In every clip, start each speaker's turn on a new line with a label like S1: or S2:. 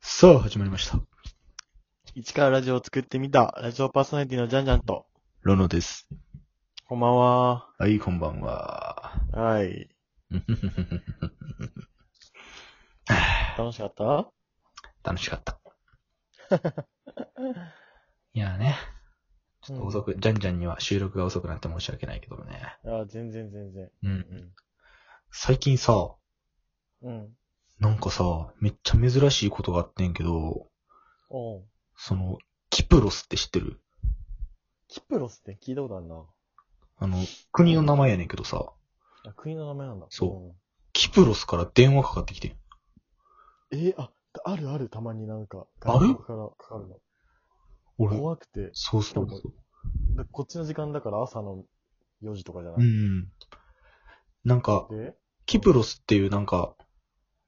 S1: さあ、始まりました。
S2: 一からラジオを作ってみた、ラジオパーソナリティのジャンジャンと、
S1: ロノです。
S2: こんばんは。
S1: はい、こんばん は。
S2: はい。楽しかった
S1: 楽しかった。 いやーね、
S2: うん
S1: 遅く、じゃんじゃんには収録が遅くなって申し訳ないけどね。
S2: あ全然全然。
S1: うんうん。最近さ、
S2: うん。
S1: なんかさ、めっちゃ珍しいことがあってんけど、
S2: おう
S1: その、キプロスって知ってる
S2: キプロスって聞いたことあるな。
S1: あの、国の名前やねんけどさ、
S2: あ、国の名前なんだ。
S1: そキプロスから電話かかってきてん。
S2: うん。えーあ、あるある、たまになんか。
S1: ある
S2: 外国からかかるの。
S1: 俺、
S2: 怖くて、
S1: そうそうそう。
S2: だこっちの時間だから朝の4時とかじゃ
S1: う
S2: ない。
S1: ん。なんか、
S2: で、
S1: キプロスっていうなんか、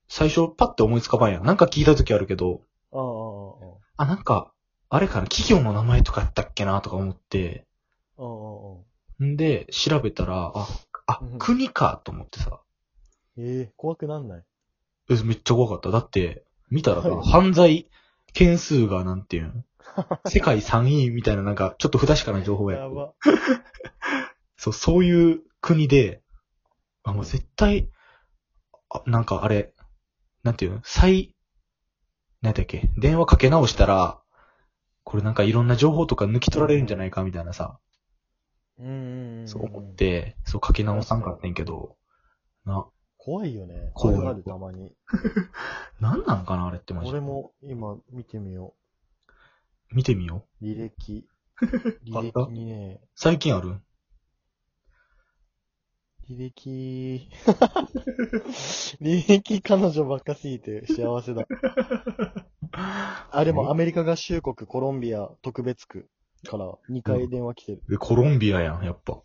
S1: 最初パッて思いつかばんやん。なんか聞いた時あるけど、
S2: ああ、ああ、あ
S1: あ、なんか、あれかな、企業の名前とかやったっけなとか思って、
S2: あ、ああ、ああ。
S1: んで、調べたら、あ、あ
S2: う、ん
S1: 国かと思ってさ、
S2: ええ怖くなんない。
S1: えめっちゃ怖かった。だって、見たらさ、
S2: はい
S1: 犯罪件数がなんていうん、世界3位みたいななんか、ちょっと不確かな情報や
S2: やば。
S1: そう、そういう国で、あ、もう絶対、あ、なんかあれ、なんていうの再、なんだっけ電話かけ直したら、これなんかいろんな情報とか抜き取られるんじゃないかみたいなさ、
S2: うんうんうん。
S1: そう思っ。て、そうかけ直さんかってんけど、な、
S2: 怖いよね。
S1: 怖い
S2: あるある、たまに。
S1: なんなんかなあれってマジで。
S2: 俺。も今見てみよ
S1: 見てみよう。
S2: う。履歴。
S1: あ
S2: 履
S1: った
S2: 歴にね、
S1: 最近ある
S2: 履歴、 履歴彼女ばっかすぎて幸せだ。あ、でもアメリカ合衆国コロンビア特別区から2回電話来てる。
S1: えコロンビアやん、やっぱ。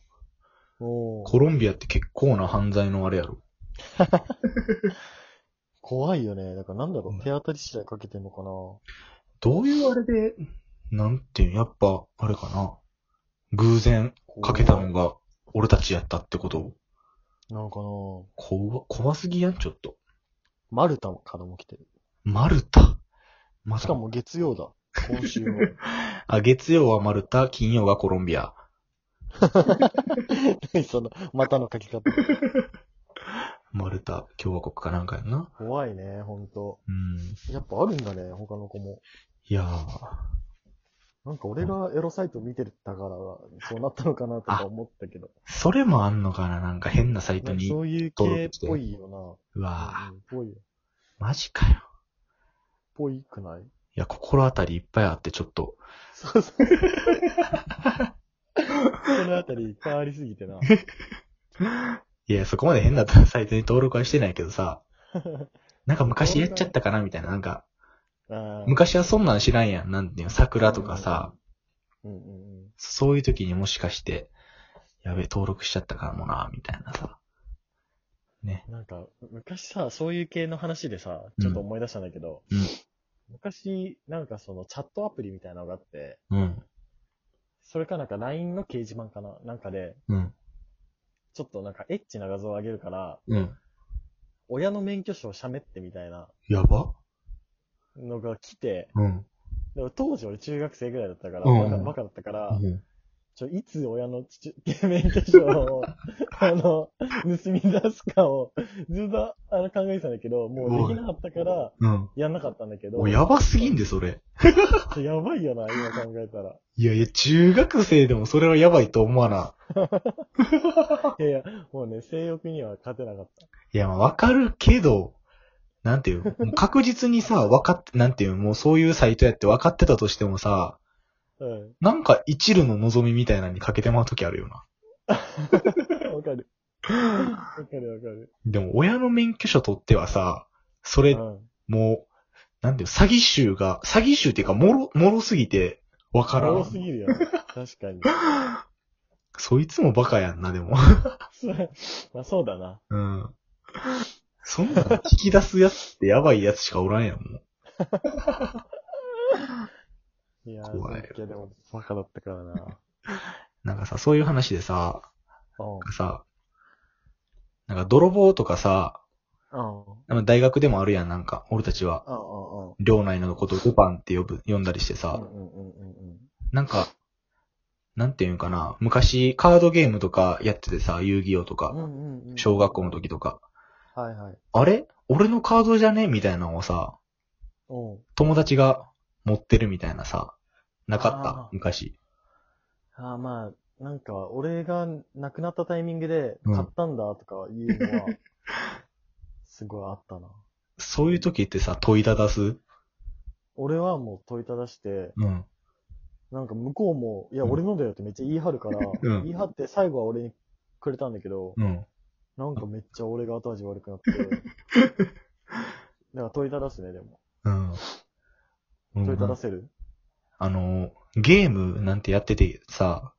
S2: おー
S1: コロンビアって結構な犯罪のあれやろ。
S2: 怖いよね。だからなんだろ
S1: うん
S2: う、手当たり次第かけてんのか
S1: どういうあれで、なんていうん、やっぱ、あれかな。偶然
S2: な
S1: かけたのが、俺たちやったってこと
S2: なのかな
S1: 怖、怖すぎやん、ちょっと。
S2: マルタからも来てる。
S1: マルタ。ま
S2: しか。も月曜だ。今週 の。
S1: あ、月曜はマルタ、金曜がコロンビア。
S2: 何その、またの書き方。
S1: マルタ、共和国かなんかやんな。
S2: 怖いね、ほんと。
S1: うん。
S2: やっぱあるんだね、他の子も。
S1: いやー。
S2: なんか俺がエロサイト見てたから、そうなったのかなとか思ったけど。
S1: それもあんのかななんか変なサイト
S2: なんか
S1: に。
S2: そういう系っぽいよ
S1: う
S2: な。
S1: わぁ、
S2: うんぽい。
S1: マジかよ。
S2: ぽいくない
S1: いや、心当たりいっぱいあって、ちょっと。
S2: そうそう。このあたりいっぱいありすぎ てな。
S1: いや、そこまで変なサイトに登録はしてないけど さ。なんか昔やっちゃったかなみたいな。なんか、
S2: あー
S1: 昔はそんなん知らんやん。なんていうの、桜とかさ、
S2: うんうんうん。
S1: そういう時にもしかして、やべ、登録しちゃったかもな、みたいなさ。ね。
S2: なんか、昔さ、そういう系の話でさ、ちょっと思い出したんだけど、
S1: うん
S2: 昔、なんかそのチャットアプリみたいなのがあって、
S1: うん。
S2: それかなんか LINE の掲示板かななんかで、
S1: うん。
S2: ちょっとなんかエッチな画像を上げるから、
S1: うん。
S2: 親の免許証をしゃべってみたいな
S1: やば
S2: のが来て、
S1: うん。
S2: でも当時俺中学生ぐらいだったから、
S1: うん
S2: バカバカだったから、
S1: うん
S2: ちょいつ親の父 免許証を、あの、盗み出すかを、ずっとあの考えてたんだけど、もうできなかったから、
S1: うん。
S2: やんなかったんだけど、
S1: お、やばすぎんで、それ。
S2: ちょやばいよな、今考えたら。
S1: いやいや、中学生でもそれはやばいと思わな。
S2: いやいや、もうね、性欲には勝てなかっ
S1: いや、まあわかるけど、なん ていう、もう確実にさ、わかって、なんていう、もうそういうサイトやって分かってたとしてもさ、
S2: た。うん。
S1: なんか一縷の望みみたいなのにかけてまう時あるよな。
S2: わ かる。わかるわかる。
S1: でも、親の免許証取ってはさ、それ、
S2: うん。
S1: もう、なんていう、詐欺集が、詐欺集っていうか、もろ、もろすぎて、わから
S2: 多す
S1: ん。
S2: ぎるよね。確か に。
S1: そいつもバカやんな、でも。
S2: そうまあそうだな。
S1: うん。そんなん聞き出すやつってやばいやつしかおらんやん、もう。
S2: いやー、
S1: 怖い
S2: さっきはでも、バカだったから な。
S1: なんかさ、そういう話でさ、な
S2: うん
S1: んかさ、なんか泥棒とかさ、
S2: うん。
S1: あの大学でもあるやん、なんか、俺たちは、
S2: うんうんうん。
S1: 寮内のことをルパンって呼ぶ、呼んだりして
S2: う
S1: さ、
S2: んうんうんうんうん。
S1: なんか、なんていうんかな、昔カードゲームとかやっててさ、遊戯王と
S2: う
S1: か、
S2: んうんうん。
S1: 小学校の。時とか、
S2: はいはい。
S1: あれ俺のカードじゃねみたいなのをさ、
S2: おう
S1: 友達が持ってるみたいなさ、なかっ
S2: あ
S1: た
S2: ー、
S1: 昔。
S2: ああ、まあ、なんか、俺が亡くなったタイミングで、買ったんだとかいう のは、すごいあったな。
S1: そういう時ってさ、問いただす
S2: 俺はもう問いただして、
S1: うん。
S2: なんか向こうも、いや、
S1: うん
S2: 俺のだよってめっちゃ言い張るから、
S1: うん
S2: 言い張って最後は俺にくれたんだけど、
S1: うん。
S2: なんかめっちゃ俺が後味悪くな って、だから問いただすね、でも。
S1: うん。
S2: 問いただせる
S1: あの、ゲームなんてやっててさ、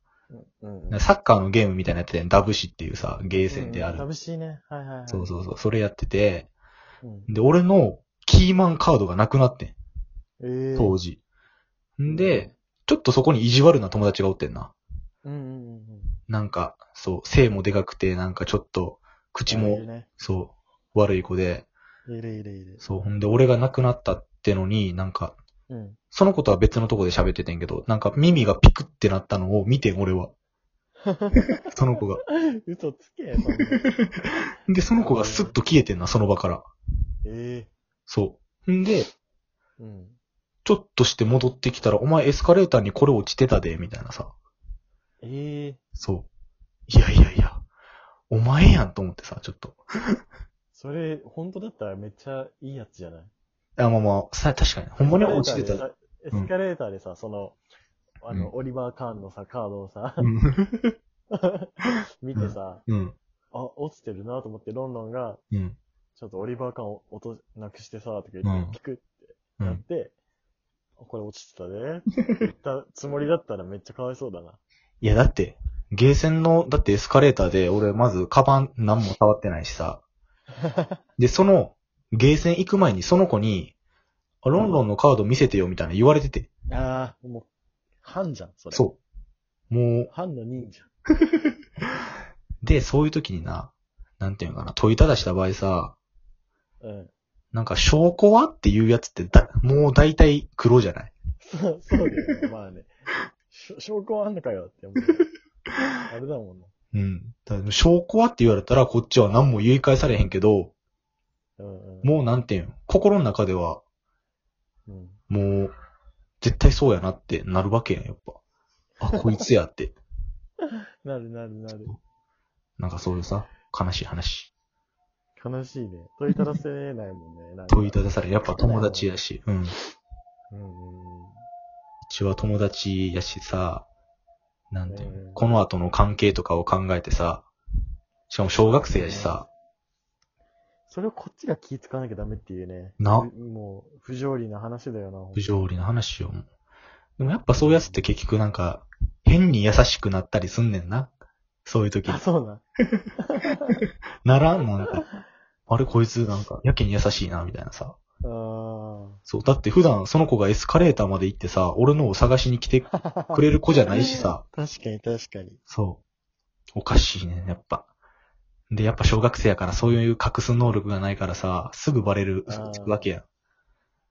S2: うん。
S1: サッカーのゲームみたいなやってて、ダブシっていうさ、ゲーセンであ
S2: うん
S1: る。
S2: 寂しいね。はいはいはい。
S1: そうそうそう、それやってて、
S2: うん。
S1: で、俺のキーマンカードがなくなって
S2: ええ
S1: ん、当時。んで、、ちょっとそこに意地悪な友達がおってんな。
S2: うんうんうんうん。
S1: なんか、そう、背もでかくて、なんかちょっと、口
S2: い
S1: も
S2: る、ね。
S1: そう、悪い子で、
S2: いるいるいる。
S1: そう、ほんで俺が亡くなったってのに、なんか、
S2: うん。
S1: そのことは別のとこで喋っててんけど、なんか耳がピクってなったのを見てん、俺は。その子が。
S2: 嘘つけ、そんな
S1: で、その子がスッと消えてんな、その場から。
S2: ええ
S1: そう。んで、
S2: うん。
S1: ちょっとして戻ってきたら、お前エスカレーターにこれ落ちてたで、みたいなさ。
S2: ええ
S1: そう。いやいやいや、お前やんと思ってさ、ちょっと。
S2: それ、本当だったらめっちゃいいやつじゃない
S1: あ、まあまあ、さ、確かに、ほんまに落ちてた。
S2: エスカレーターでさ、その、あ
S1: う
S2: の、オリバー・カーンのさ、カードをさ
S1: う、ん。
S2: 見てさ、
S1: うん。
S2: あ、落ちてるなと思って、ロンロンが、
S1: うん。
S2: ちょっとオリバー・カーンを落と、なくしてさ、とか言
S1: うん
S2: って、ピク
S1: う
S2: ってなっ
S1: ん。
S2: て、あこれ落ちてたね。って言ったつもりだったらめっちゃかわいそうだな。
S1: いや、だって、ゲーセンの、だってエスカレーターで、俺、まず、カバン何も触ってないし さ。で、その、ゲーセン行く前に、その子に、あロンロンのカード見せてよ、みたいな言われてて。
S2: ああ、もう、犯じゃん、それ。う。
S1: そう。もう、
S2: 犯の忍者。
S1: で、そういう時にな、なんていうのかな、問いただした場合さ、
S2: うん。
S1: なんか証拠はっていうやつってだ、もう大体黒じゃない
S2: そう、そうだよね。まあね。しょ証拠はあんのかよっ て思う。あれだもんね。
S1: うん。だから証拠はって言われたらこっちは何も言い返されへんけど、
S2: うんうん。
S1: もうなんていうの、心の中では、
S2: うん、
S1: もう、絶対そうやなってなるわけやん、やっぱ。あ、こいつや って。
S2: なるなるなる。
S1: なんかそういうさ、悲しい話。
S2: 悲しいね。問いただせないもんね。なんか
S1: 問いただされ、やっぱ友達やし、うん。う
S2: うんうんうん。
S1: ちは友達やしさ、なんていうの
S2: うん
S1: この後の関係とかを考えてさ、しかも小学生やしさ、
S2: それをこっちが気ぃつかなきゃダメっていうね。
S1: な
S2: ふもう、不条理な話だよな。ほんと
S1: 不条理な話を。でもやっぱそういうやつって結局なんか、変に優しくなったりすんねんな。そういう時
S2: あ、。そうな。
S1: ならんなんか、あれこいつなんか、やけに優しいな、みたいなさ。
S2: あー
S1: そう、だって普段その子がエスカレーターまで行ってさ、俺のを探しに来てくれる子じゃないしさ。
S2: 確かに確かに。
S1: そう。おかしいね、やっぱ。で、やっぱ小学生やからそういう隠す能力がないからさ、すぐバレる、嘘つくわけや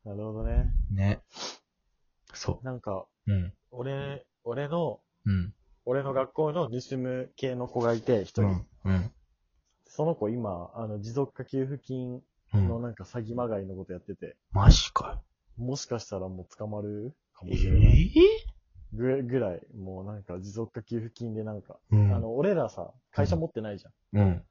S2: なるほどね。
S1: ん。ね。そ
S2: なんか、
S1: う。うん。
S2: 俺、俺の、
S1: うん。
S2: 俺の学校の盗む系の子がいて、一人。
S1: うん。うん。
S2: その子今、あの、持続化給付金
S1: う
S2: の
S1: ん。
S2: なんか詐欺まがいのことやってて、
S1: マジか
S2: もしかしたらもう捕まるか
S1: よ。え
S2: もしれない。
S1: え
S2: ぐぐらい、もうなんか持続化給付金でなんか、
S1: う
S2: あの、俺らさ、会社持ってないじゃん。
S1: うん。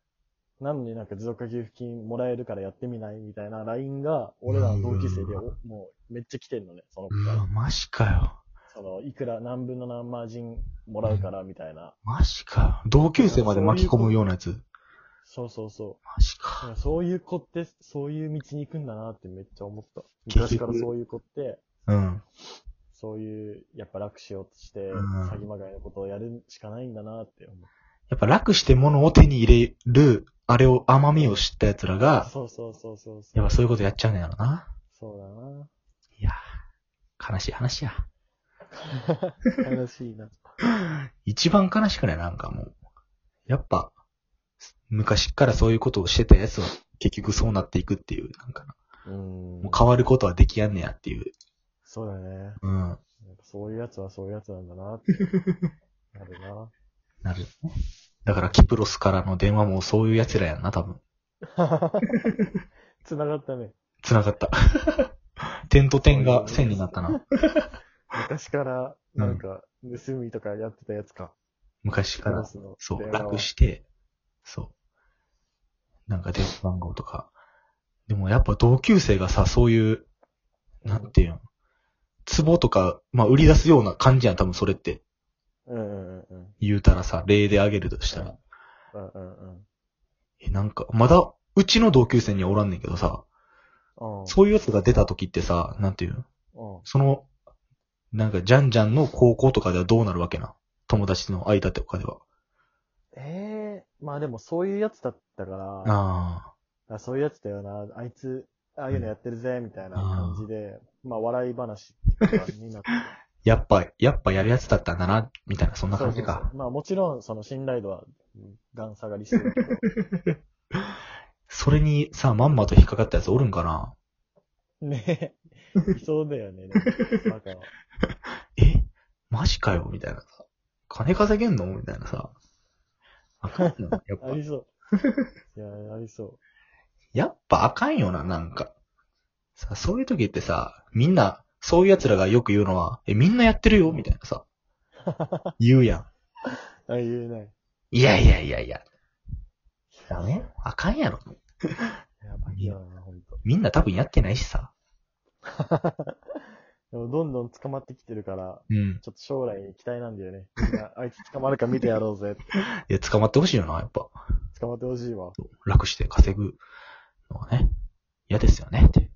S2: なのになんか持続化給付金もらえるからやってみないみたいな LINE が、俺らの同級生で、おもうめっちゃ来てんのね、その子
S1: う
S2: から
S1: わ、。マジかよ。
S2: その、いくら何分の何マージンもらうからみたいな。
S1: マジかよ。同級生まで巻き込むようなやつ。
S2: そうそうそ
S1: マジ
S2: う。なん
S1: か。
S2: かそういう子って、そういう道に行くんだなってめっちゃ思った。
S1: 結
S2: 昔
S1: 局
S2: からそういう子って、
S1: うん。
S2: そういう、やっぱ楽しようとして、
S1: うん
S2: 詐欺まがいのことをやるしかないんだなって思う。
S1: やっぱ楽して物を手に入れる、あれを、甘みを知った奴らが、
S2: そうそうそうそうそ
S1: やっ
S2: う
S1: ぱ。そういうことやっちゃうんやろな。
S2: そう
S1: いや、悲しい話や。
S2: だな。悲しいな。
S1: 一番悲しくないなんかもう。やっぱ、昔っからそういうことをしてた奴は、結局そうなっていくっていう、なんか、
S2: うん。
S1: もう変わることはできやんねやっていう。
S2: そうだよね。
S1: うん。
S2: なんかそういうやつはそういうやつなんだな って。なるな。
S1: なる。だから、キプロスからの電話もそういう奴らやんな、多分。
S2: 繋がったね。
S1: 繋が った。点と点が線になったな。
S2: 昔から、なんか、盗みとかやってたやつか。
S1: 昔から。
S2: スの
S1: そ
S2: 電
S1: う、
S2: 話は
S1: 楽して、そう。なんか電話番号とか。でもやっぱ同級生がさ、そういう、なんていうの、壺とか、まあ売り出すような感じやん、多分それって。
S2: うんうんうんうん。
S1: 言うたらさ、例で挙げるとしたら。
S2: うんうんうん。
S1: え、なんか、まだ、うちの同級生にはおらんねんけどさ、
S2: うん。
S1: そういうやつが出た時ってさ、なんていうの
S2: うん。
S1: その、なんか、ジャンジャンの高校とかではどうなるわけな友達の間とかでは。
S2: ええまあでもそういうやつだったから、
S1: あ
S2: あそういうやつだよな、あいつ、ああいうのやってるぜ、みたいな感じで、まあ笑い話とかになって。
S1: あ。やっぱ、やっぱやるやつだったんだな、みたいな、 そんな感じ
S2: そうそう
S1: か
S2: そ。うまあもちろん、その信頼度は、段下がりしてる けど。
S1: それにさ、まんまと引っかかったやつおるんかな
S2: ねえ。いそうだよね。なんかバカは
S1: えマジかよみたいなさ。金稼げんのみたいなさ。あかんよな。やっ
S2: あ
S1: ぱ、
S2: りそう。いや、ありそ
S1: やっぱあかんよな、なんか。さ、そういう時ってさ、みんな、そういう奴らがよく言うのは、え、みんなやってるよみたいなさ。言うやん。
S2: う。あ、言えない。
S1: いやいやいやいや。ダメあかんやろ。
S2: やばいよな、ほんと。
S1: みんな多分やってないしさ。
S2: でもどんどん捕まってきてるから、
S1: うん。
S2: ちょっと将来に期待なんだよね。みんな、あいつ捕まるか見てやろうぜ。
S1: いや、捕まってほしいよな、やっぱ。
S2: 捕まってほしいわ。
S1: 楽して稼ぐのはね、嫌ですよね、って。